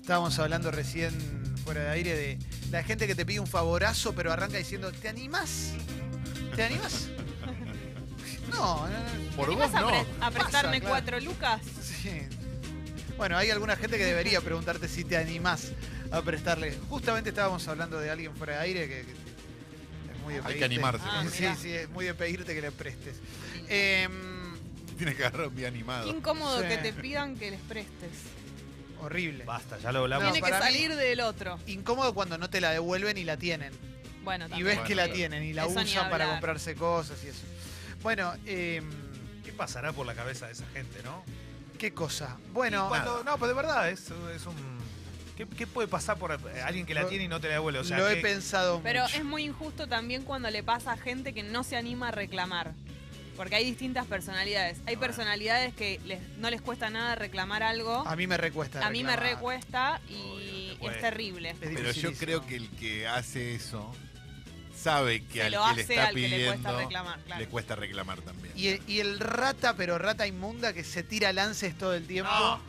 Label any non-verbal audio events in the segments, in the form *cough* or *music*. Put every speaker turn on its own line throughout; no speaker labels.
Estábamos hablando recién fuera de aire de la gente que te pide un favorazo, pero arranca diciendo, ¿te animás? ¿Te animás? No, no, no.
Por
¿Te
vos
vas a,
no.
pre- a prestarme
Pasa, claro.
cuatro lucas?
Sí. Bueno, hay alguna gente que debería preguntarte si te animás a prestarle. Justamente estábamos hablando de alguien fuera de aire que, que es muy de
Hay que
pedirte.
animarse,
Ah,
sí,
mirá.
sí, es muy de pedirte que le prestes. Em,
*laughs* Tienes que agarrar un día
Qué
animado.
incómodo
Sí.
que te pidan que les prestes.
horrible.
Basta, ya lo
No,
hablamos.
Tiene que
para mí-
salir del otro.
Incómodo cuando no te la devuelven y la tienen.
Bueno,
Y
también.
ves que la
Bueno,
tienen y la
Eso ni
usan para
hablar.
comprarse cosas y eso. Bueno, em,
¿Qué pasará por la cabeza de esa gente, no?
¿qué cosa?
Y
Bueno,
cuando- no, pero de verdad, es, es un. ¿qué, qué puede pasar por eh, alguien que la
Lo-
tiene y no te la devuelve? O sea,
lo he
¿qué-
pensado
Pero
mucho.
es muy injusto también cuando le pasa a gente que no se anima a reclamar. Porque hay distintas personalidades. Hay
Bueno.
personalidades que les- no les cuesta nada reclamar algo.
A mí me recuesta.
A mí me
reclamar.
recuesta
Obvio,
y
te puede.
es terrible.
Es
Pero yo
dificilísimo.
creo que el que hace eso sabe que
Se
al
lo
que le
hace
está
al que le cuesta
pidiendo
reclamar, claro.
le cuesta reclamar también.
Y el, y el rata, pero rata inmunda que se tira lances todo el tiempo.
No.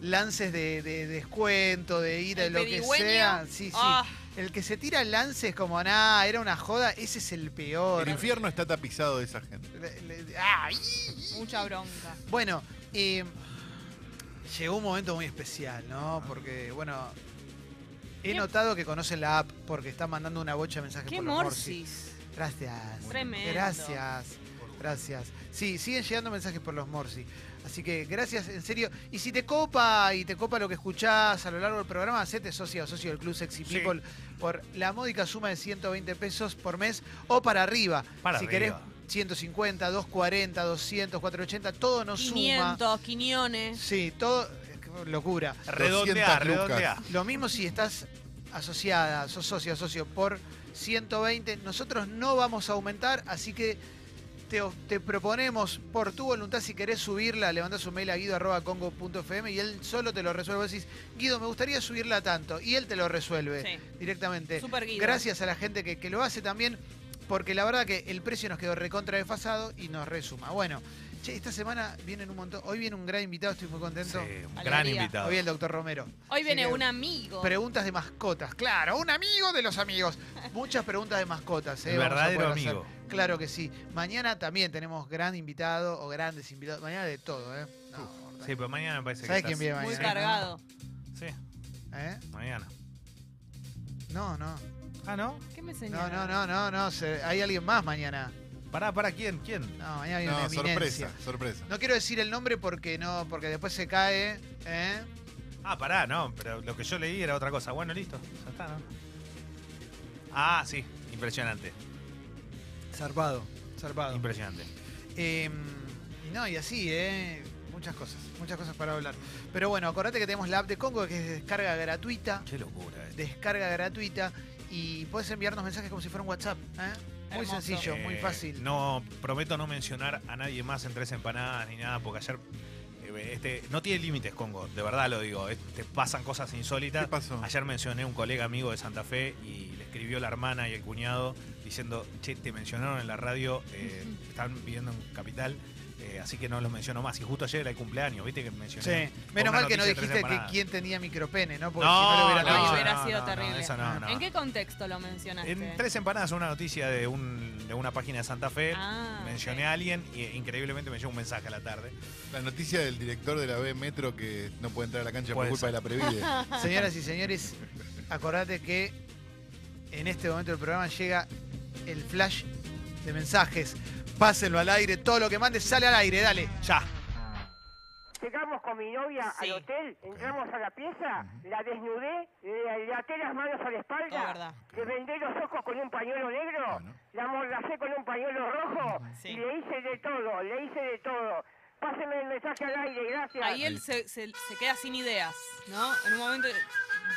Lances de, de descuento, de ir, de
El
lo que
pedigüeño.
sea. Sí, sí.
Ah,
El que se tira lances como nada, era una joda, ese es el peor.
El infierno está tapizado de esa gente.
Le- le- ah, ¡Ay!
mucha bronca.
Bueno, eh, llegó un momento muy especial, ¿no? Porque, bueno, he
¿Qué?
notado que conocen la app porque están mandando una bocha de mensajes
Qué
por los Morsi.
morsis.
Gracias.
Tremendo.
Gracias. Gracias. Sí, siguen llegando mensajes por los Morsi. Así que gracias, en serio. Y si te copa y te copa lo que escuchás a lo largo del programa, hacete socio o socio del Club Sexy
Sí.
People por la módica suma de 120 pesos por mes o para arriba.
Para
si
arriba.
querés, 150, 240, 200, 480, todo nos suma.
500, quiniones.
Sí, todo. es que Locura.
Redondea,
200 lucas.
redondea.
Lo mismo si estás asociada, sos socio, socio por 120. Nosotros no vamos a aumentar, así que te, of- te proponemos por tu voluntad, si querés subirla, levantás un mail a guido.congo.fm y él solo te lo resuelve. Decís, Guido, me gustaría subirla a tanto. Y él te lo resuelve
Sí,
directamente.
super guido.
Gracias a la gente que, que lo hace también, porque la verdad que el precio nos quedó recontra desfasado y nos resuma. Bueno, che, esta semana vienen un montón. Hoy viene un gran invitado, estoy muy
Sí,
contento.
un
Alegría.
gran invitado.
Hoy el doctor Romero.
Hoy viene
que-
un amigo.
Preguntas de mascotas, claro, un amigo de los amigos. Muchas preguntas de mascotas, ¿eh?
El
Vamos a
verdadero
poder hacer.
amigo.
Claro que sí. Mañana también tenemos gran invitado o grandes invitados. Mañana de todo, ¿eh? No, Horta.
Sí, pero mañana me parece
¿Sabes
que.
quién viene
estás-
Muy
mañana?
cargado.
Sí,
¿Eh?
mañana.
No, no.
Ah, ¿no?
¿Qué me
No,
señala?
no, no, no, no. se- Hay alguien más mañana.
Pará, pará, ¿quién? ¿Quién?
No, mañana hay una
No,
eminencia.
sorpresa, sorpresa.
No quiero decir el nombre porque no, porque después se cae, ¿eh?
Ah, pará, no, pero lo que yo leí era otra cosa. Bueno, listo, ya está, ¿no? Ah, sí, impresionante,
Zarpado, zarpado.
impresionante.
no, Em, y así, ¿eh? Muchas cosas, muchas cosas para hablar. Pero bueno, acordate que tenemos la app de Congo que es de descarga gratuita,
Qué locura, eh.
descarga gratuita y puedes enviarnos mensajes como si fuera un WhatsApp, ¿eh? Muy
Hermoso.
sencillo, muy
Eh,
fácil.
No, prometo no mencionar a nadie más en tres empanadas ni nada, porque ayer. eh, Este, no tiene límites, Congo, de verdad lo digo. eh, Te pasan cosas
¿Qué
insólitas.
pasó?
Ayer mencioné a un colega amigo de Santa Fe y le escribió la hermana y el cuñado diciendo, che, te mencionaron en la radio, eh, están viviendo en Capital, eh, así que no los menciono más. Y justo ayer era el cumpleaños, viste que mencioné.
Sí. Menos
una
mal que no
noticia de tres
dijiste que
empanadas.
quién tenía micropene, ¿no? Porque si no lo
No,
hubiera
no,
traído.
no,
Hubiera
no,
sido
no,
terrible.
eso no, no.
¿En qué contexto lo mencionaste?
En tres empanadas una noticia de, un- de una página de Santa Fe.
Ah,
Mencioné a alguien y eh, increíblemente me llegó un mensaje a la tarde.
La noticia del director de la B Metro que no puede entrar a la cancha por
Puede
culpa
ser.
de la Previde.
*laughs*
Señoras y señores, acordate que en este momento del programa llega el flash de mensajes. Pásenlo al aire, todo lo que mandes sale al aire, dale.
Ya.
Llegamos con mi novia
Sí.
al hotel, entramos a la pieza, la desnudé, le, le até las manos a la
Todo
espalda,
verdad.
le vendé los ojos con un pañuelo negro,
Bueno.
la amordacé con un pañuelo rojo,
Sí.
y le hice de todo, le hice de todo. Pásenme el mensaje al aire, gracias.
Ahí él se, se- se queda sin ideas, ¿no? En un momento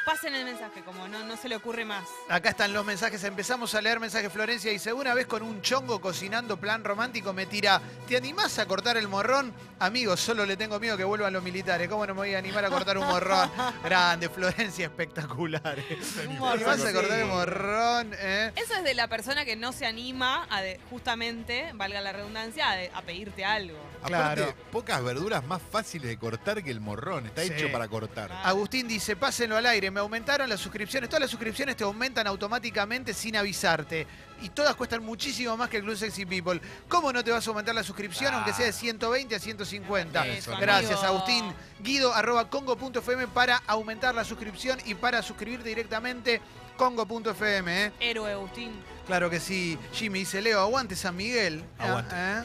pasen el mensaje, como no, no se le ocurre más.
Acá están los mensajes. Empezamos a leer mensajes. Florencia dice: Una vez con un chongo cocinando plan romántico, me tira. ¿Te animás a cortar el morrón? Amigo, solo le tengo miedo que vuelvan los militares. ¿Cómo no me voy a animar a cortar un morrón? Grande, Florencia, espectacular. ¿eh?
Morrón,
¿Te vas a
sí.
cortar el morrón? ¿eh?
Eso es de la persona que no se anima a, de- justamente, valga la redundancia, a, de- a pedirte algo.
Aparte,
Claro.
pocas verduras más fáciles de cortar que el morrón. Está
Sí.
hecho para
Ah.
cortar.
Agustín dice, pásenlo al aire, me aumentaron las suscripciones, todas las suscripciones te aumentan automáticamente sin avisarte. Y todas cuestan muchísimo más que el Club Sexy People. ¿Cómo no te vas a aumentar la suscripción
Ah.
aunque sea de 120 a 150?
Eso, amigo.
Gracias, Agustín. Guido arroba congo.fm para aumentar la suscripción y para suscribirte directamente congo.fm. ¿eh?
Héroe, Agustín.
Claro que sí. Jimmy dice, Leo, aguante San Miguel. Ah,
Aguante.
¿eh?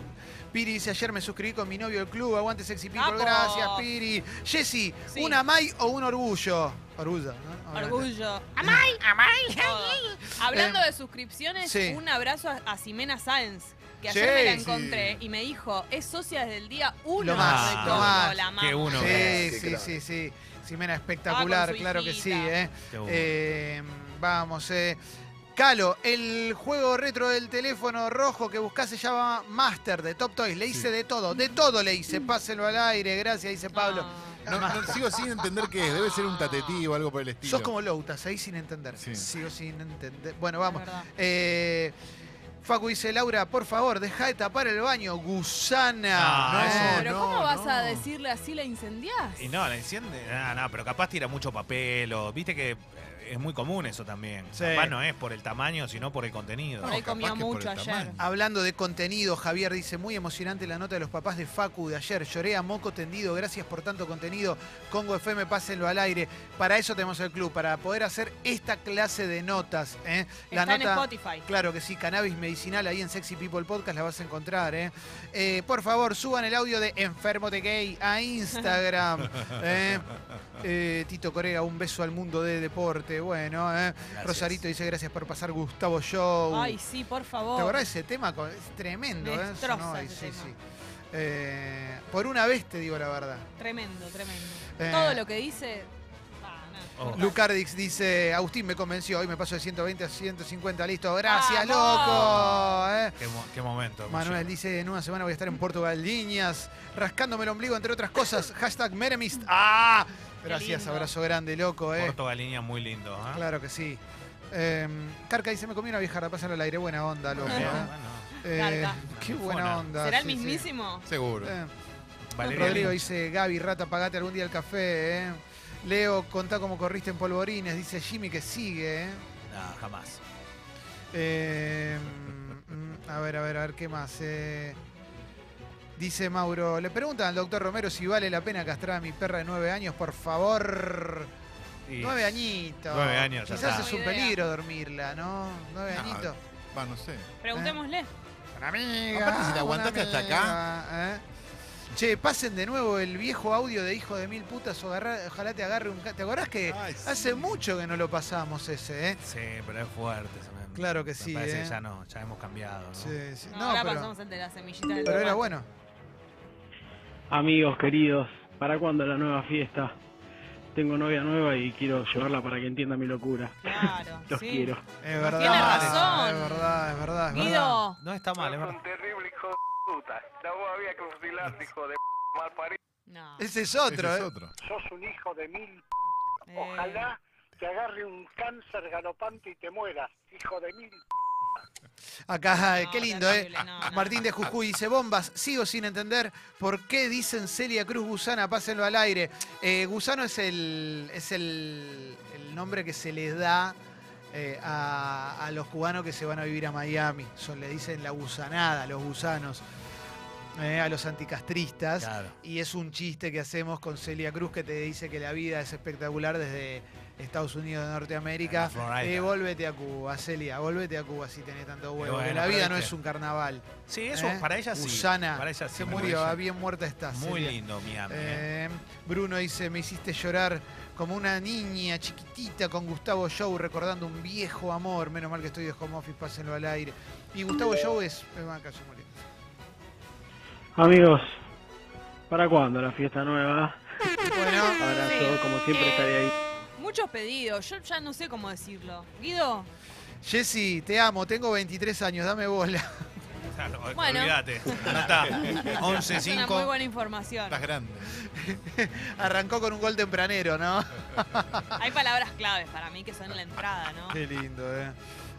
Piri dice, ayer me suscribí con mi novio del club, aguante Sexy People,
¡Capo!
gracias Piri. Jessy,
Sí.
¿una May o un orgullo? Orgullo, ¿no? Obviamente.
Orgullo. ¡Amay!
*laughs*
¡Amay! Hablando
Eh,
de suscripciones,
sí.
un abrazo a, a Ximena Sáenz, que
Sí,
ayer me la
sí.
encontré y me dijo, es socia desde el día uno
Lo más,
de
lo
Congo,
más.
la
Qué
amo.
uno.
Sí,
Sí,
sí,
claro.
sí, sí. Ximena, espectacular,
Ah, con su
claro que sí.
hijita.
¿eh?
Qué bueno.
Eh, vamos, eh. Calo, el juego retro del teléfono rojo que buscás se llama Master de Top Toys. Le hice
Sí.
de todo, de todo le hice. Pásenlo al aire, gracias, dice Pablo.
Ah.
No, no, sigo sin entender qué es. Debe ser un tatetí o algo por el estilo.
Sos como Loutas, ahí sin entender.
Sí.
Sigo sin entender. Bueno, vamos.
Es verdad.
Eh, Facu dice, Laura, por favor, deja de tapar el baño, gusana.
Ah,
Eh,
eso
Pero
no,
¿cómo vas a
no.
decirle así la incendiás?
Y no, la enciende. Nada, nada, pero capaz tira mucho papel o. Viste que eh, es muy común eso también.
Sí. Oh,
Capaz no es por el tamaño, sino por el contenido.
Por ahí
capaz
comía
que por
mucho
el
ayer.
tamaño.
Hablando de contenido, Javier dice, muy emocionante la nota de los papás de Facu de ayer. Lloré a moco tendido, gracias por tanto contenido. Congo FM, pásenlo al aire. Para eso tenemos el club, para poder hacer esta clase de notas. ¿eh? La
Está en
nota...
Spotify.
Claro que sí, cannabis medicinal ahí en Sexy People Podcast la vas a encontrar. ¿eh? Eh, por favor, suban el audio de Enfermo de Gay a
*laughs*
Instagram. ¿eh? Eh, Tito Correa, un beso al mundo de deporte. Bueno, ¿eh?
Gracias.
Rosarito dice gracias por pasar Gustavo Show.
Ay, sí, por
Uh. ¿Te
favor.
acordás de ese tema? Con- Es tremendo.
Me
¿eh?
destroza
Sonó ahí,
ese
sí,
tema.
sí. Eh, por una vez te digo la verdad.
Tremendo, tremendo.
Eh,
Todo lo que dice... Ah, nada,
Oh.
cortá.
Lucardix dice, Agustín me convenció, hoy me paso de 120 a 150, listo, gracias,
¡Vamos!
loco. ¿eh?
Qué, mo- qué momento. emoción.
Manuel dice, en una semana voy a estar en Portugal, líneas, rascándome el ombligo, entre otras
*laughs*
cosas. Hashtag Meremist. ¡Ah!
Qué
Gracias,
lindo.
abrazo grande, loco, eh.
Porto Galiña muy lindo. ¿ah?
Claro que sí. Eh, Carca dice, me comí una viejarra, pásalo al aire. Buena onda, loco.
Bien,
eh.
Ah, bueno.
Eh,
Carca.
qué buena
Fona.
onda.
¿Será el
sí, sí.
mismísimo?
Seguro.
Eh,
Valeria
Rodrigo
Lin-
dice, Gaby, rata, pagate algún día el café, eh. Leo, contá cómo corriste en polvorines. Dice Jimmy que sigue, eh.
No, jamás.
Eh, mm, a ver, a ver, a ver, ¿qué más? Eh, dice Mauro, le preguntan al doctor Romero si vale la pena castrar a mi perra de nueve años, por favor.
Y-
Nueve añitos.
Nueve años, ya
Quizás
está.
es un
Buena idea.
peligro dormirla, ¿no? Nueve
No,
añitos.
Va, no sé.
Preguntémosle.
Eh, Una amiga.
Aparte, si la
Ah, una
aguantaste hasta acá.
amiga, ¿eh? Che, pasen de nuevo el viejo audio de hijo de mil putas. o agarra- ojalá te agarre un. ca- ¿Te acordás que
Ay, sí.
Eh, hace mucho que no lo pasamos ese, eh?
Sí, pero es fuerte. se me-
Claro que
me
sí,
parece
eh.
que ya no, ya hemos cambiado. ¿no?
Sí, sí.
No,
No,
ahora
pero,
pasamos el de la semillita del
pero era
tomate.
bueno.
Amigos queridos, ¿para cuándo la nueva fiesta? Tengo novia nueva y quiero llevarla para que entienda mi locura.
Claro,
Los
sí.
quiero.
Es verdad.
Tiene
Es verdad,
razón.
es verdad, es verdad.
Guido,
No está mal, es verdad.
terrible hijo de puta. La vos había que fusilarte, hijo de mal parido.
no.
Ese es otro,
Ese
¿eh?
es otro.
Sos un hijo de mil.
eh,
Ojalá te agarre un cáncer galopante y te mueras, hijo de mil.
Acá, eh,
No,
qué lindo, ¿eh?
terrible, no, no.
Martín de Jujuy dice, bombas, sigo sin entender por qué dicen Celia Cruz Gusana, pásenlo al aire. Eh, gusano es el, es el, el nombre que se le da eh, a, a los cubanos que se van a vivir a Miami. Son, le dicen la gusanada, a los gusanos, eh, a los anticastristas.
Claro.
Y es un chiste que hacemos con Celia Cruz que te dice que la vida es espectacular desde Estados Unidos de Norteamérica.
En Ah, Florida.
Eh, volvete a Cuba, Celia, volvete a Cuba si tenés tanto huevo.
bueno,
que la vida no
aproveche.
es un carnaval.
Sí, eso
¿Eh?
para ella sí.
Usana,
Para ella sí.
Se
para
murió,
ella.
ah, bien muerta está.
Muy
Celia.
lindo, Miami. eh.
Eh, Bruno dice, me hiciste llorar como una niña chiquitita con Gustavo Show recordando un viejo amor. Menos mal que estoy de home office, pásenlo al aire. Y Gustavo Show es... eh, acá se murió.
Amigos, ¿para cuándo la fiesta nueva?
Bueno,
Abrazo, como siempre estaré ahí.
Muy muchos pedidos. Yo ya no sé cómo decirlo. Guido,
Jessy, te amo, tengo 23 años, dame bola. *laughs*
O sea, no,
Bueno.
eh, Olvídate. No está.
es una muy
11-5.
buena información.
Estás grande.
Arrancó con un gol tempranero, ¿no?
Hay palabras claves para mí que son en la entrada, ¿no?
Qué lindo, ¿eh?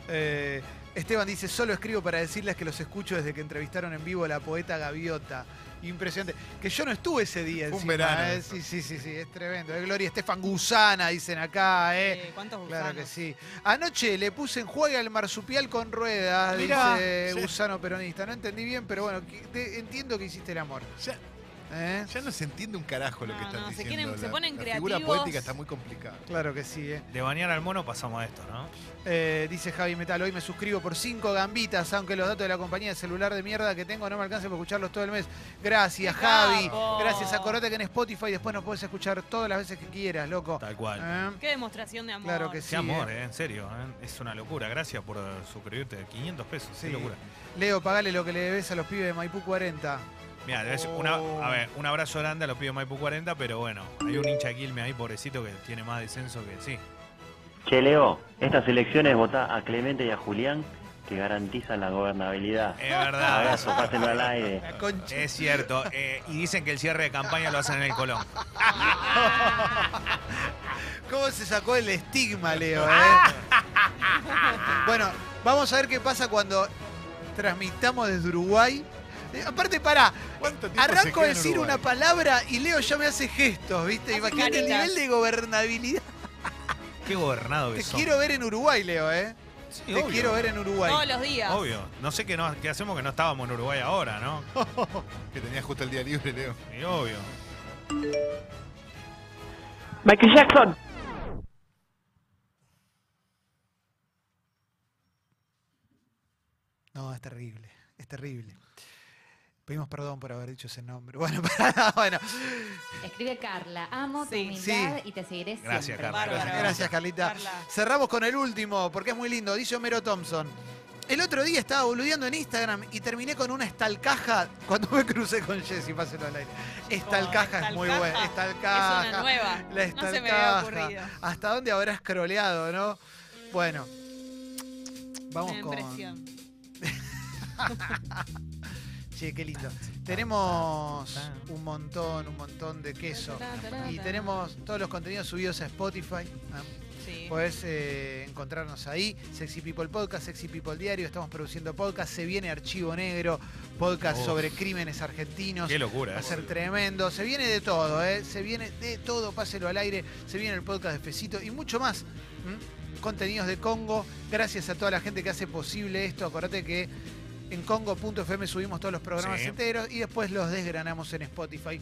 Eh, Esteban dice, solo escribo para decirles que los escucho desde que entrevistaron en vivo a la poeta Gaviota. Impresionante. Que yo no estuve ese día.
Fue un
encima,
verano
¿eh?
eso.
Sí, sí, sí, sí, es tremendo. Eh, Gloria Estefan Gusana, dicen acá, ¿eh?
Eh, ¿Cuántos
Claro
gusanos?
que sí. Anoche le puse en juego al marsupial con ruedas,
Mirá,
dice
sí.
Gusano Peronista. No entendí bien, pero bueno, que- te- entiendo que hiciste el amor.
Ya,
¿eh?
ya no se entiende un carajo lo
No,
que están
no, se
diciendo.
quieren- se
la-
ponen
la figura
creativos.
poética está muy complicada.
Claro que sí, ¿eh?
De bañar al mono pasamos a esto, ¿no?
Eh, dice Javi Metal, hoy me suscribo por cinco gambitas, aunque los datos de la compañía de celular de mierda que tengo no me alcanzan para escucharlos todo el mes. Gracias,
¡Qué
Javi.
capo!
Gracias, acordate que en Spotify después nos podés escuchar todas las veces que quieras, loco.
Tal cual.
¿Eh?
Qué demostración de amor.
Claro que
Qué
sí.
amor,
eh.
eh, en serio. eh. Es una locura. Gracias por eh, suscribirte. 500 pesos.
Sí.
Qué locura.
Leo, pagale lo que le debes a los pibes de Maipú 40.
Mira,
Oh.
a ver, un abrazo grande a los pibes de Maipú 40, pero bueno, hay un hincha Quilme ahí, pobrecito, que tiene más descenso que sí.
Che, Leo, estas elecciones votá a Clemente y a Julián que garantizan la gobernabilidad.
Es verdad.
Abrazo, pásenlo al aire.
La concha.
Es cierto. eh, y dicen que el cierre de campaña lo hacen en el Colón.
¿Cómo se sacó el estigma, Leo? eh?
*laughs*
bueno, vamos a ver qué pasa cuando transmitamos desde Uruguay. Eh, aparte, pará,
¿Cuánto tiempo se
arranco
queda
a
en
decir
Uruguay?
una palabra y Leo ya me hace gestos, ¿viste?
Hace
Imagínate el
caritas.
nivel de gobernabilidad.
Qué gobernado
Pues
que
Te
son.
quiero ver en Uruguay, Leo, ¿eh?
Sí,
Te
obvio,
quiero ver en Uruguay.
Todos los días.
Obvio. No sé qué, no, qué hacemos que no estábamos en Uruguay
*laughs*
ahora, ¿no?
Que tenías justo el día libre, Leo.
Y obvio.
Michael Jackson.
No, es terrible, es terrible. Pedimos perdón por haber dicho ese nombre. *laughs* Bueno, pará, bueno.
Escribe Carla, amo
Sí.
tu humildad y te seguiré
Gracias,
siempre.
Carla,
Bárbaro.
gracias.
Gracias, Carlita.
Carla.
Cerramos con el último, porque es muy lindo. Dice Homero Thompson. El otro día estaba boludeando en Instagram y terminé con una estalcaja *laughs* cuando me crucé con Jessy, pásenlo al aire. Estalcaja es muy
estalcaja.
buena.
Es
Estalcaja.
una nueva.
Ah, La
No se me había
estalcaja.
ocurrido.
¿Hasta dónde habrás croleado, no? Bueno, vamos
Me da
con.
impresión.
Che, qué lindo. Tenemos un montón, un montón de queso. Y tenemos todos los contenidos subidos a Spotify. ¿ah?
Sí.
Podés eh, encontrarnos ahí. Sexy People Podcast, Sexy People Diario. Estamos produciendo podcast. Se viene Archivo Negro, podcast
Uf.
sobre crímenes argentinos.
Qué
Va
locura,
a
¿eh?
ser tremendo. Se viene de todo, ¿eh? Se viene de todo. Páselo al aire. Se viene el podcast de Fecito y mucho más. ¿m? Contenidos de Congo. Gracias a toda la gente que hace posible esto. Acordate que en congo.fm subimos todos los programas
Sí.
enteros y después los desgranamos en Spotify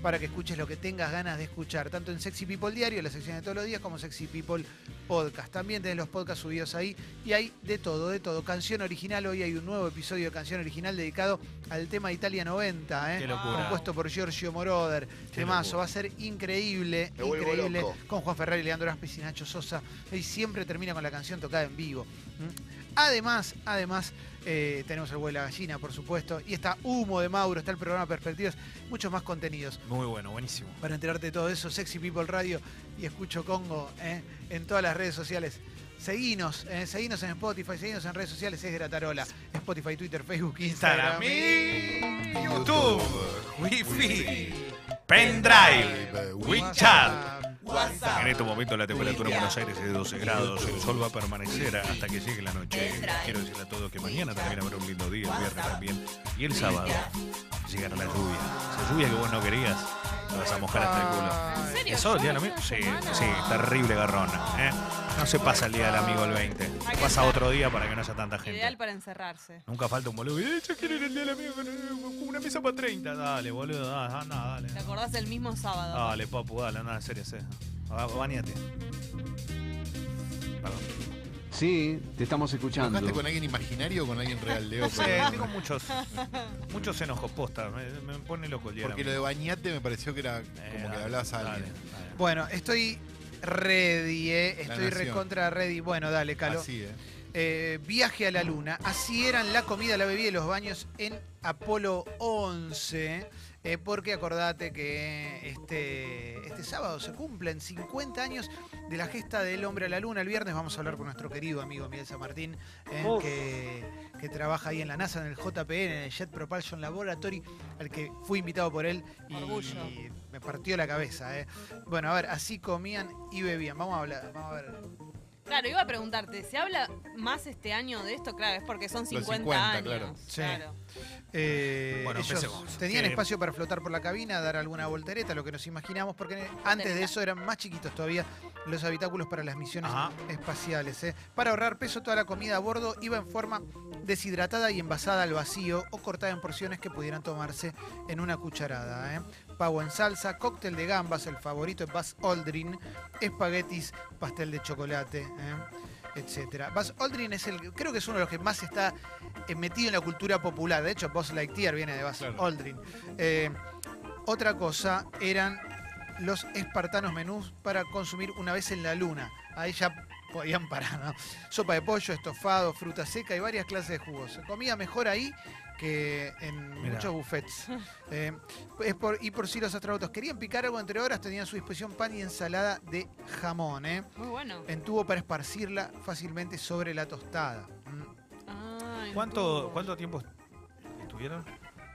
para que escuches lo que tengas ganas de escuchar, tanto en Sexy People Diario, la sección de todos los días, como Sexy People Podcast. También tenés los podcasts subidos ahí y hay de todo, de todo. Canción original, hoy hay un nuevo episodio de Canción Original dedicado al tema Italia 90, ¿eh?
Qué
Ah.
locura.
compuesto por Giorgio Moroder. Temazo,
locura.
va a ser increíble,
Me vuelvo
increíble.
loco.
Con Juan Ferrari, Leandro Aspes y Nacho Sosa. Y siempre termina con la canción tocada en vivo. ¿Mm? Además, además, eh, tenemos el vuelo de la gallina, por supuesto. Y está Humo de Mauro, está el programa Perspectivas, muchos más contenidos.
Muy bueno, buenísimo.
Para enterarte de todo eso, Sexy People Radio y Escucho Congo ¿eh? en todas las redes sociales. Seguinos, eh, seguinos en Spotify, seguinos en redes sociales, es Gratarola. Spotify, Twitter, Facebook, Instagram.
Instagram, y YouTube, Wi-Fi, Pendrive, WeChat.
WhatsApp.
En este momento la temperatura en Buenos Aires es de 12 grados. El sol va a permanecer hasta que llegue la noche. Quiero decirle a todos que mañana también habrá un lindo día, el viernes también. Y el sábado llegará la lluvia. Esa lluvia que vos no querías, te vas a mojar hasta el culo.
¿En serio?
¿Eso el día de
¿Yo?
lo mismo?
¿Esa
Sí,
semana?
sí, terrible garrón. ¿eh? No se pasa el día del amigo el 20. Pasa otro día para que no haya tanta
Ideal
gente.
para encerrarse.
Nunca falta un boludo. "Eh, Yo quiero ir el día del amigo con eh, una mesa para 30. Dale, boludo, ah, anda, dale.
¿Te acordás del mismo sábado?
Dale, papu, dale, anda, en serio, sé. Ah, Bañate. Perdón.
Sí, te estamos escuchando.
¿Tocaste con alguien imaginario o con alguien real, Leo?
*laughs*
No sé, tengo muchos, muchos enojos posta. Me, me pone loco el día.
Porque lo de bañate me pareció que
Eh,
era como que le hablabas a alguien.
Bueno, estoy ready, eh.
La
estoy
Nación.
recontra ready. Bueno, dale, Calo.
Así, ¿eh?
eh, viaje a la luna. Así eran la comida, la bebida y los baños en Apolo 11. eh, porque acordate que este, este sábado se cumplen 50 años de la gesta del hombre a la luna. El viernes vamos a hablar con nuestro querido amigo Miguel San Martín, eh,
Uf.
que, que trabaja ahí en la NASA, en el JPN, en el Jet Propulsion Laboratory, al que fui invitado por él y
Orgullo.
me partió la cabeza. eh. Bueno, a ver, así comían y bebían. Vamos a hablar, vamos a ver.
Claro, iba a preguntarte, ¿se habla más este año de esto? Claro, es porque son 50,
50,
años.
claro.
Sí.
claro.
Eh,
Bueno,
ellos
empecemos.
tenían
Eh,
espacio para flotar por la cabina, dar alguna voltereta, lo que nos imaginamos, porque antes de eso eran más chiquitos todavía los habitáculos para las misiones
Ajá.
espaciales. eh. Para ahorrar peso, toda la comida a bordo iba en forma deshidratada y envasada al vacío o cortada en porciones que pudieran tomarse en una cucharada. eh. Pavo en salsa, cóctel de gambas, el favorito de Buzz Aldrin, espaguetis, pastel de chocolate, eh, etcétera. Buzz Aldrin es el, creo que es uno de los que más está eh, metido en la cultura popular. De hecho, Buzz Lightyear viene de Buzz
Claro.
Aldrin. Eh, otra cosa eran los espartanos menús para consumir una vez en la luna. Ahí ya podían parar, ¿no? Sopa de pollo, estofado, fruta seca y varias clases de jugos. Se comía mejor ahí que en
Mirá.
muchos buffets. Eh, es por- y por si los astronautas querían picar algo entre horas, tenían a su disposición pan y ensalada de jamón, ¿eh?
Muy bueno.
En tubo para esparcirla fácilmente sobre la tostada. Mm.
Ah, en
¿Cuánto,
tubo.
¿Cuánto tiempo estuvieron?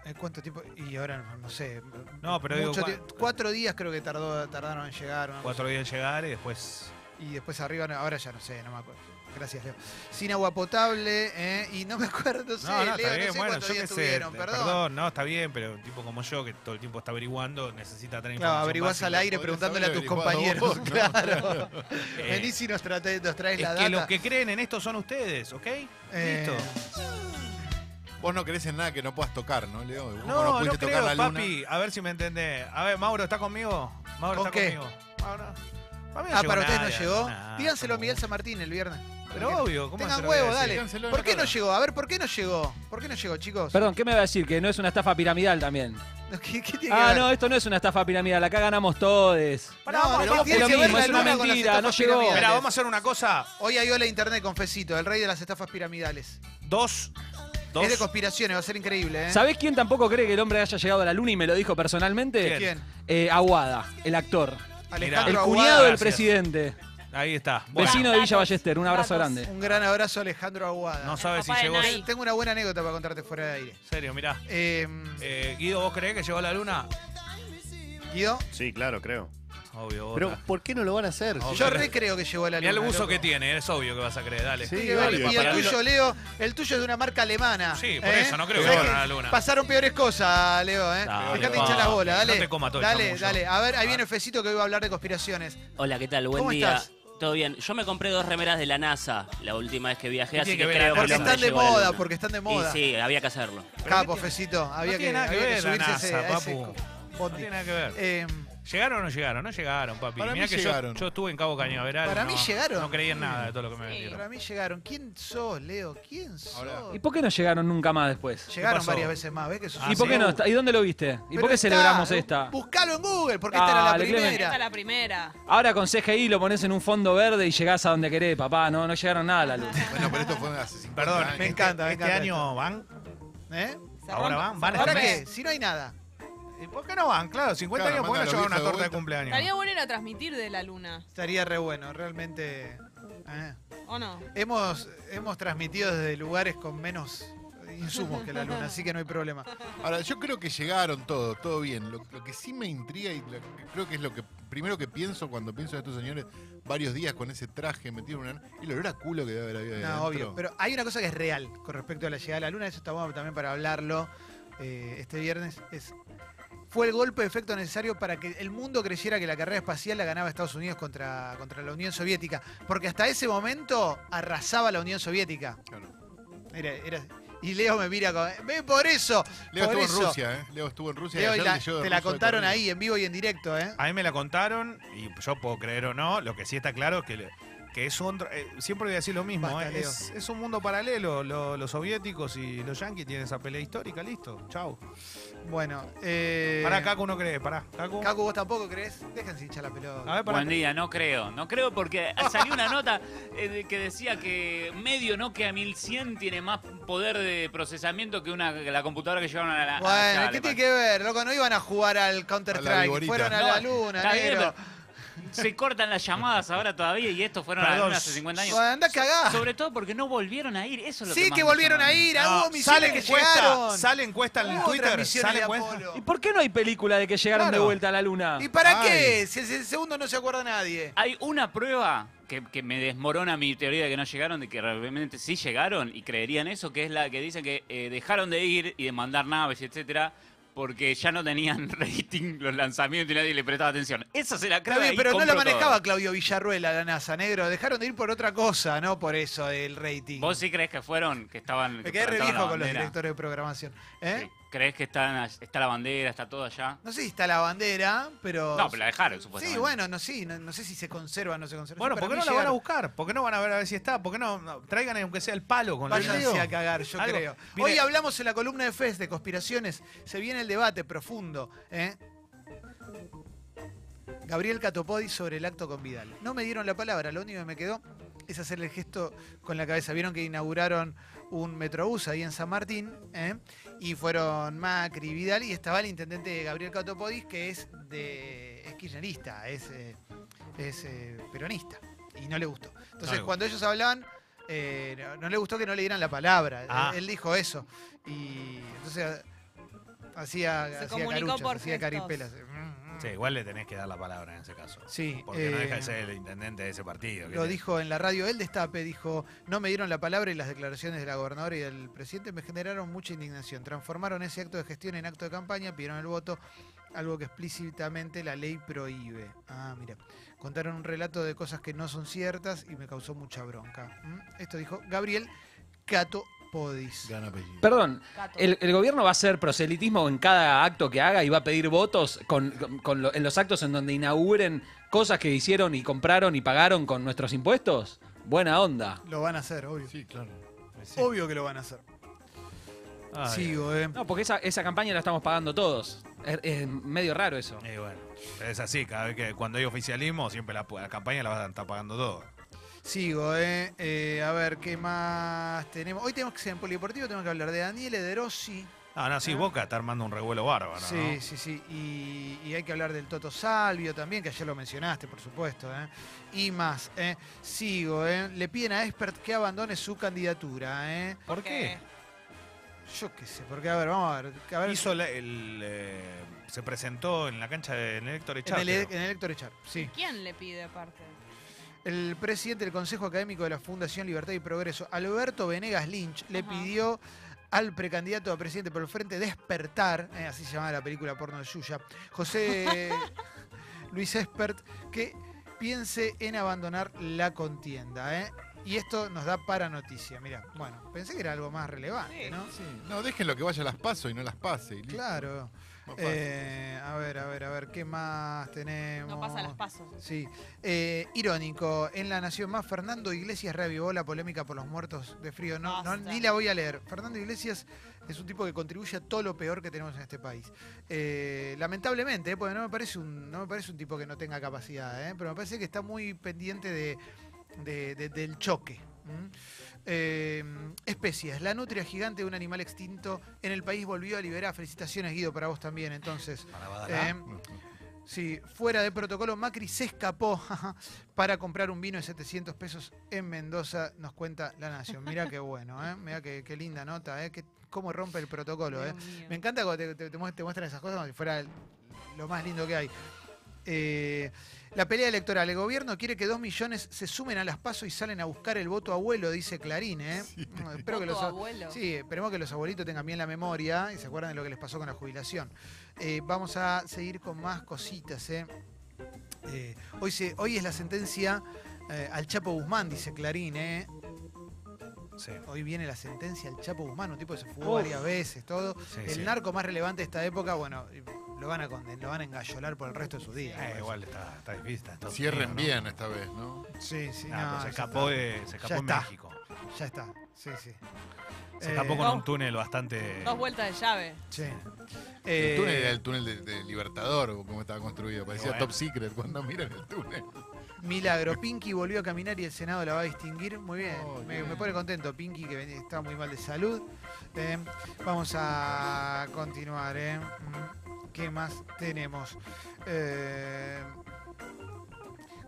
Eh, ¿Cuánto tiempo? Y ahora no- no sé.
No, pero digo,
mucho
cua-
tie- cuatro días creo que tardó, tardaron en llegar. ¿no?
Cuatro días en llegar y después.
Y después arriba, no, ahora ya no sé, no me acuerdo. Gracias, Leo. Sin agua potable, ¿eh? y no me acuerdo, no sé,
no, no,
Leo,
está bien,
no sé
bueno,
cuántos
yo qué
días
sé.
tuvieron,
te-
perdón.
no, está bien, pero un tipo como yo que todo el tiempo está averiguando, necesita tener
Claro,
información
averiguás
básica.
al aire
podrías
preguntándole a
haber
tus compañeros.
averiguado vos,
*laughs*
¿no?
claro.
Eh,
Vení si nos, trate- nos traes
es
la
que
data.
los que creen en esto son ustedes, ¿ok?
Eh,
Listo.
Vos no crees en nada que no puedas tocar, ¿no, Leo? Vos
No, no,
pudiste tocar
creo,
la luna.
papi. A ver si me entendés. A ver, Mauro, ¿está conmigo? Mauro,
¿Con
¿está
qué?
conmigo? Mauro. Para mí no
Ah,
llegó
para ustedes no
nadie,
llegó.
nada,
Díganselo a
tampoco.
Miguel San Martín el viernes.
Pero obvio, ¿cómo
Tengan
se lo voy a
huevo,
decir?
dale.
Díganselo en
¿Por
la
qué no
cara.
llegó? A ver, ¿por qué no llegó? ¿Por qué no llegó, chicos?
Perdón, ¿qué me va a decir? ¿Que no es una estafa piramidal también?
*laughs* ¿Qué, qué tiene
Ah,
que ver?
no, esto no es una estafa piramidal, acá ganamos todos.
Pará,
No,
vamos,
pero
vamos,
tiene
es
que
lo
ver
mismo,
la
es una
luna con las
mentira, no
estafas
llegó.
piramidales.
Mirá, vamos a hacer una cosa.
Hoy hay hola internet con Fecito, el rey de las estafas piramidales.
Dos. Dos.
Es de conspiraciones, va a ser increíble, ¿eh?
¿Sabés quién tampoco cree que el hombre haya llegado a la luna y me lo dijo personalmente?
¿Quién?
Eh, Aguada, el actor.
Alejandro
El
Aguada,
cuñado del
gracias.
presidente.
Ahí está. Bueno,
Vecino de Villa
Datos,
Ballester, un abrazo
datos.
grande.
Un gran abrazo a Alejandro Aguada.
no sabes si
papá de
llegó.
Nike.
En
sé.
Tengo una buena anécdota para contarte fuera de aire.
serio, mirá.
Eh,
Eh, Guido, ¿vos creés que llegó a la luna?
Guido,
Sí, claro, creo.
Obvio, vos.
Pero, ¿por qué no lo van a hacer?
No,
yo
pero-
re creo que llegó a la luna.
Mirá el buzo
loco.
que tiene, es obvio que vas a creer, dale.
Sí,
Y
Sí,
dale,
el- y
papá.
el tuyo, Leo, el tuyo es de una marca alemana.
por
¿eh?
eso, no creo que
¿Sabés
vayan
que
a la luna.
Pasaron peores cosas, Leo, ¿eh?
Dale,
Dejate
pa.
hinchar las bolas, dale.
No te coma todo el
dale,
chamuyo.
dale. A ver, ahí viene Fecito que hoy va a hablar de conspiraciones.
Hola, ¿qué tal?
Buen ¿Cómo día. estás?
Todo bien. Yo me compré dos remeras de la NASA la última vez que viajé,
así tiene que que ver creo la que
Porque
el hombre
están de moda, porque están de moda.
había que hacerlo.
Capo, Fecito. Había
no tiene
que,
nada que
había
ver la
subirse a ese-
NASA,
a ese
papu. No
bondi.
tiene nada que ver.
Eh,
¿Llegaron o no llegaron? No llegaron, papi.
Para
Mirá
mí
que yo-
llegaron.
Yo, estuve en Cabo Cañaveral.
Para
no-
mí llegaron.
No creí en nada de todo lo que me
Sí.
vendieron.
para mí llegaron. ¿Quién sos, Leo? ¿Quién sos?
Ahora.
¿Y por qué no llegaron nunca más después?
Llegaron
pasó?
varias veces más, ¿ves que sos
Ah,
¿Y por
sí.
qué no? está- ¿Y dónde lo viste? ¿Y
Pero
por qué
está,
celebramos esta?
Buscalo en Google, porque esta era la
Dale, Clemen.
Esta es
primera.
la primera.
Ahora con CGI lo pones en un fondo verde y llegás a donde querés, papá. No, no llegaron nada a la luz.
Bueno, pero esto fue hace 50
Perdón,
años.
me encanta, me
este
encanta
año van.
¿Eh?
Se
Ahora
rompe-
van, van
¿Ahora
este
qué?
mes.
Si no hay nada.
¿Y ¿Por qué no van? Claro, 50
Claro,
años, ¿por qué no
mandan
llevan una
los
torta de
bifes
Estaría
cumpleaños?
bueno ir a transmitir de la luna,
Estaría re bueno, realmente. eh.
¿o no?
Hemos, hemos transmitido desde lugares con menos insumos que la luna, así que no hay problema.
Ahora, yo creo que llegaron todo, todo bien. Lo, lo que sí me intriga y lo que creo que es lo que primero que pienso cuando pienso en estos señores, varios días con ese traje metido en una. Y el olor a culo que debe haber habido ahí
No,
adentro.
obvio. Pero hay una cosa que es real con respecto a la llegada a la luna, eso está bueno también para hablarlo eh, este viernes, es fue el golpe de efecto necesario para que el mundo creyera que la carrera espacial la ganaba Estados Unidos contra, contra la Unión Soviética. Porque hasta ese momento arrasaba la Unión Soviética.
Claro.
Era- era- y Leo me mira como, ve por eso.
Leo
por eso.
estuvo en Rusia, ¿eh? Leo estuvo en Rusia. y
Leo, y
ayer
la-
leyó de
te la
ruso de
contaron
corrido.
ahí en vivo y en directo, ¿eh?
A mí me la contaron y yo puedo creer o no. Lo que sí está claro es que le- Que es un, eh, siempre voy a decir lo mismo,
Basta,
eh, es, es un mundo paralelo. Lo- los soviéticos y los yanquis tienen esa pelea histórica, listo. Chau.
Bueno, eh.
Pará, Caco no cree, pará. Caco.
Cacu, vos tampoco crees. Déjense hinchar la
A
pelota.
ver, pará.
Buen día, no creo, no creo porque salió una nota eh, de- que decía que medio Nokia 1100 tiene más poder de procesamiento que una la computadora que llevaron a la... a
Bueno,
allá,
¿qué
le
tiene que ver, loco? No iban a jugar al Counter-Strike,
viborita.
fueron a
No,
la luna,
está bien,
negro.
parece. Se cortan las llamadas ahora todavía y estos fueron
Perdón.
hace 50 años.
Bueno, andá a cagar.
Sobre todo porque no volvieron a ir, eso es lo que
Sí
más
que
me
volvieron
llama
a
mí.
ir, ah, hubo misiones que
encuesta,
llegaron.
Sale encuesta en
Hubo
Twitter,
transmisiones
sale
de
encuesta.
Apolo.
¿Y por qué no hay película de que llegaron
Claro.
de vuelta a la luna?
¿Y para
Ay.
qué? Si el segundo no se acuerda nadie.
Hay una prueba que, que me desmorona mi teoría de que no llegaron, de que realmente sí llegaron y creerían eso, que es la que dicen que eh, dejaron de ir y de mandar naves, etcétera, porque ya no tenían *laughs* rating los lanzamientos y nadie le prestaba atención. Esa se la
Está
creo
bien,
ahí
pero no la
compro todo.
manejaba Claudio Villarruel a la NASA, negro. Dejaron de ir por otra cosa, no por eso del rating.
¿Vos sí crees que fueron, que estaban...
Me
que
quedé re
plantaron la
viejo con los
bandera?
directores de programación. ¿Eh?
Sí. ¿Crees que están, está la bandera, está todo allá?
No sé si está la bandera, pero.
No, pero la dejaron,
Sí,
supuestamente.
bueno, no, sí, no, no sé si se conserva o no se conserva.
Bueno,
Sí,
¿por qué
para
no
mí
la van a
llegaron.
buscar? ¿Por qué no van a ver a ver si está? ¿Por qué no, no, traigan aunque sea el palo con la
Váyanse
llave?
a cagar, yo
Algo.
creo.
Mire-
Hoy hablamos en la columna de FES de conspiraciones. Se viene el debate profundo. ¿eh? Gabriel Catopodi sobre el acto con Vidal. No me dieron la palabra, lo único que me quedó es hacer el gesto con la cabeza. Vieron que inauguraron un metrobús ahí en San Martín ¿eh? y fueron Macri y Vidal y estaba el intendente Gabriel Catopodis que es de es kirchnerista, es, eh, es, eh, peronista y no le gustó. Entonces
le gustó.
cuando ellos hablaban eh, no, no le gustó que no le dieran la palabra.
Ah.
Él dijo eso. Y entonces hacía,
Se
hacía
comunicó
caruchas,
por
hacía
gestos.
caripelas. Mm,
Sí, igual le tenés que dar la palabra en ese caso.
Sí,
Porque no
eh,
deja de ser el intendente de ese partido. ¿qué
Lo
te-
dijo en la radio El Destape, dijo, no me dieron la palabra y las declaraciones de la gobernadora y del presidente me generaron mucha indignación. Transformaron ese acto de gestión en acto de campaña, pidieron el voto, algo que explícitamente la ley prohíbe. Ah, mira, contaron un relato de cosas que no son ciertas y me causó mucha bronca. ¿Mm? Esto dijo Gabriel Cato Podis.
Gran apellido.
Perdón,
Gato.
el, el gobierno va a hacer proselitismo en cada acto que haga y va a pedir votos con, con- con lo- en los actos en donde inauguren cosas que hicieron y compraron y pagaron con nuestros impuestos. Buena onda.
Lo van a hacer, obvio.
Sí, Ah, claro.
Obvio que lo van a hacer.
Ay,
Sigo, eh.
No, porque esa, esa campaña la estamos pagando todos. Es, es medio raro eso.
Y bueno, pero es así, cada vez que cuando hay oficialismo, siempre la, la campaña la vas a estar pagando todo.
Sigo, ¿eh? Eh, A ver, ¿qué más tenemos? Hoy tenemos que ser en Polideportivo, tenemos que hablar de Daniele De Rossi.
Ah, no, sí, Boca está armando un revuelo bárbaro, ¿no?
Sí, sí, sí. Y, y hay que hablar del Toto Salvio también, que ayer lo mencionaste, por supuesto. ¿eh? Y más, ¿eh? sigo. ¿eh? Le piden a Expert que abandone su candidatura. ¿eh?
¿Por qué?
Yo qué sé, porque a ver, vamos a ver. a ver,
Hizo la- el, eh, se presentó en la cancha de en el Héctor
en, el, e-
Echarte.
en el Héctor Echar, sí.
¿Quién le pide aparte?
El presidente del Consejo Académico de la Fundación Libertad y Progreso, Alberto Venegas Lynch, le
Ajá.
pidió al precandidato a presidente por el frente Despertar, eh, así se llamaba la película porno de Yuya,
*laughs*
José Luis Espert, que piense en abandonar la contienda. ¿eh? Y esto nos da para noticia. Mira, bueno, pensé que era algo más relevante,
Sí.
¿no?
Sí, No, déjenlo que vaya a las paso y no las pase. y listo.
Claro.
Más fácil.
Eh, a ver, a ver, a ver, ¿qué más tenemos?
No pasa las pasos.
Sí. Eh, irónico, en La Nación Más, Fernando Iglesias reavivó la polémica por los muertos de frío. No, no,
Basta.
ni la voy a leer. Fernando Iglesias es un tipo que contribuye a todo lo peor que tenemos en este país. Eh, lamentablemente, eh, porque no me, parece un, no me parece un tipo que no tenga capacidad, eh, pero me parece que está muy pendiente de, de- de- del choque. ¿m? Eh, especies. La nutria gigante de un animal extinto en el país volvió a liberar. Felicitaciones, Guido, para vos también. Entonces,
Para Badalá.
eh, Sí, fuera de protocolo, Macri se escapó para comprar un vino de 700 pesos en Mendoza, nos cuenta La Nación. Mirá qué bueno, ¿eh? mirá qué, qué linda nota, ¿eh? Que, cómo rompe el protocolo. ¿eh?
Dios mío.
Me encanta cuando te, te- te muest- te muestran esas cosas como si fuera el- lo más lindo que hay. Eh, la pelea electoral. El gobierno quiere que dos millones se sumen a las PASO y salen a buscar el voto abuelo, dice Clarín. ¿eh? Bueno, espero que
Voto
los a-
abuelo.
Sí, esperemos que los abuelitos tengan bien la memoria y se acuerden de lo que les pasó con la jubilación. Eh, vamos a seguir con más cositas. ¿eh? Eh, hoy, se, hoy es la sentencia eh, al Chapo Guzmán, dice Clarín. ¿eh?
Sí,
Hoy viene la sentencia al Chapo Guzmán, un tipo que se fugó
Uf.
varias veces, todo.
sí,
El
sí.
narco más relevante de esta época, bueno, lo lo van a condenar, lo van a engallolar por el resto de su día.
Eh, igual está, está difícil. está todo
Cierren
frío, ¿no?
bien esta vez, ¿no?
Sí, sí.
Ah,
no,
pero se
ya
escapó,
está.
de- se escapó
Ya
en
está.
México.
Ya está. Sí, sí.
Se
Eh,
escapó con
Dos-
un túnel bastante.
Dos vueltas de llave.
Sí.
el túnel
Eh,
era el túnel de, de Libertador, o como estaba construido. Parecía
bueno.
Top Secret cuando miran el túnel.
Milagro, Pinky volvió a caminar y el Senado la va a distinguir. Muy bien,
Oh,
me,
bien.
me pone contento. Pinky, que venía- estaba muy mal de salud. Eh, vamos a continuar. ¿eh? Mm, ¿Qué más tenemos? Eh,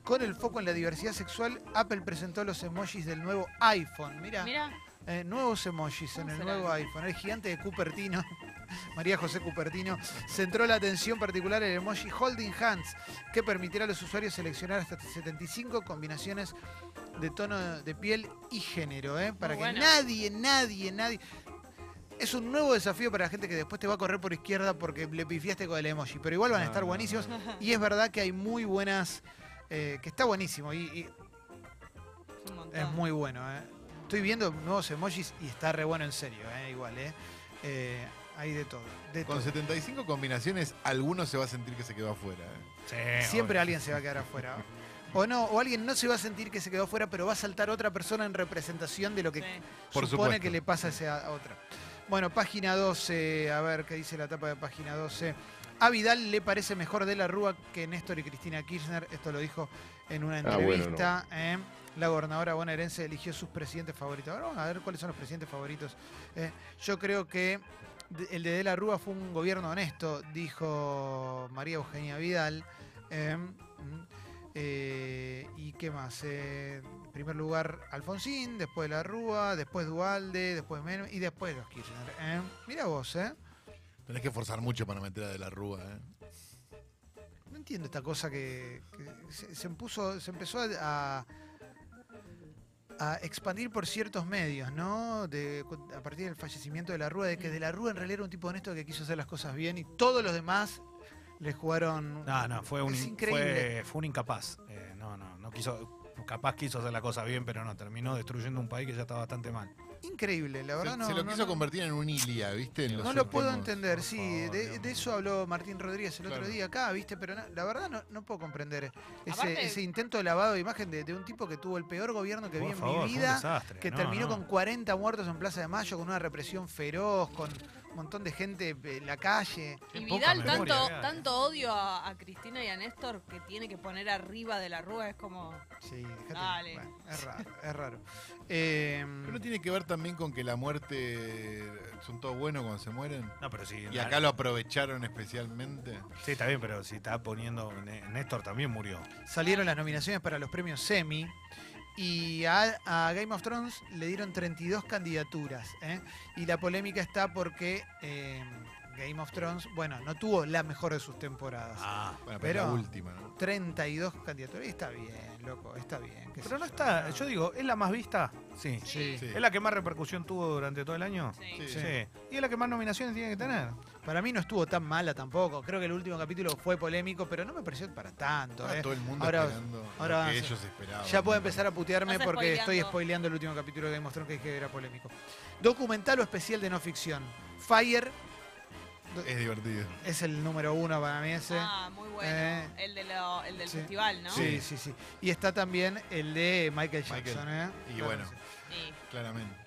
con el foco en la diversidad sexual, Apple presentó los emojis del nuevo iPhone. Mira,
Mira,
*laughs*
*laughs*
Eh, nuevos emojis en
¿Cómo
el
será?
nuevo iPhone. El gigante de Cupertino. *laughs* María José Cupertino centró la atención particular en el emoji Holding Hands, que permitirá a los usuarios seleccionar hasta 75 combinaciones de tono de piel y género, ¿eh? para
Muy
que
bueno.
nadie, nadie, nadie... Es un nuevo desafío para la gente que después te va a correr por izquierda porque le pifiaste con el emoji, pero igual van a
No,
estar
no,
buenísimos. Y es verdad que hay muy buenas... eh, que está buenísimo y, y
es un montón.
es muy bueno. ¿eh? Estoy viendo nuevos emojis y está re bueno en serio, ¿eh? igual. ¿eh? Eh, hay de todo. De
Con
todo.
75 combinaciones, alguno se va a sentir que se quedó afuera. ¿eh?
Sí,
Siempre
obvio.
alguien se va a quedar afuera. O no, o alguien no se va a sentir que se quedó afuera, pero va a saltar otra persona en representación de lo que
Sí.
Por
supone
supuesto.
que le pasa a esa otra. Bueno, página 12, a ver qué dice la tapa de página 12. A Vidal le parece mejor de la Rúa que Néstor y Cristina Kirchner. Esto lo dijo en una
Ah, bueno,
entrevista. ¿eh? La gobernadora bonaerense eligió sus presidentes favoritos. Ahora vamos a ver cuáles son los presidentes favoritos. ¿eh? Yo creo que de- el de De la Rúa fue un gobierno honesto, dijo María Eugenia Vidal. Eh, mm, eh, ¿Y qué más? Eh, en primer lugar Alfonsín, después De la Rúa, después Dualde, después Menem y después los Kirchner. ¿eh? Mira vos, ¿eh?
Tenés que forzar mucho para meter a De la Rúa. ¿eh?
No entiendo esta cosa que, que se, se impuso- se empezó a, a expandir por ciertos medios, ¿no? De- cu- a partir del fallecimiento de la Rúa, de que de la Rúa en realidad era un tipo honesto que quiso hacer las cosas bien y todos los demás le jugaron.
No, no, fue un,
Es
in-
increíble.
Fue, fue un incapaz. Eh, no, no, no quiso. Capaz quiso hacer la cosa bien, pero no, terminó destruyendo un país que ya está bastante mal.
Increíble, la verdad
se,
no.
se lo
no-
quiso
no-
convertir en un Ilia, ¿viste? En los
No lo
últimos-
puedo entender, sí.
favor,
De,
Dios
de
mío.
eso habló Martín Rodríguez el otro
Claro.
día acá, ¿viste? Pero no- la verdad no, no puedo comprender ese,
Aparte-
ese intento de lavado de imagen de, de un tipo que tuvo el peor gobierno que vi
Por
en
favor,
mi
fue un
vida,
desastre.
que
No,
terminó
no.
con 40 muertos en Plaza de Mayo, con una represión feroz, con un montón de gente en la calle.
Y
poca
Vidal tanto,
memoria que hay.
tanto odio a, a Cristina y a Néstor que tiene que poner arriba de la rúa es como.
Sí, dejate-
Dale.
bueno, es raro, es raro. Eh,
Pero no tiene que ver también con que la muerte son todos buenos cuando se mueren.
No, pero sí.
Y acá lo aprovecharon especialmente.
Sí, está bien, pero si está poniendo. Né- Néstor también murió.
salieron las nominaciones para los premios Semi y a, a Game of Thrones le dieron 32 candidaturas. ¿eh? Y la polémica está porque eh, Game of Thrones, bueno, no tuvo la mejor de sus temporadas.
Ah.
Bueno, pero,
Pero-
la última, ¿no?
32 candidaturas. Y está bien, loco, está bien. qué sé
Pero no
yo.
está. Yo digo, ¿es la más vista? Sí.
Sí.
Sí.
¿Es la que más repercusión tuvo durante todo el año?
Sí.
Sí.
¿Y es la que más nominaciones tiene que tener?
Para mí no estuvo tan mala tampoco. Creo que el último capítulo fue polémico, pero no me pareció para tanto.
Ah,
Estaba
¿eh?
todo el mundo
Ahora-
esperando lo
ahora-
que ellos esperaban.
Ya puedo empezar a putearme
Estás
porque estoy
spoileando.
spoileando el último capítulo de Game of Thrones que dije que era polémico. Documental o especial de no ficción. Fire
Es divertido.
es el número uno para mí ese.
Ah, muy bueno.
Eh.
El, de lo- el del
Sí.
festival, ¿no?
Sí, sí, sí. Y está también el de Michael
Michael.
Jackson, ¿eh?
Y
Claro
bueno,
que sí.
Sí.
claramente.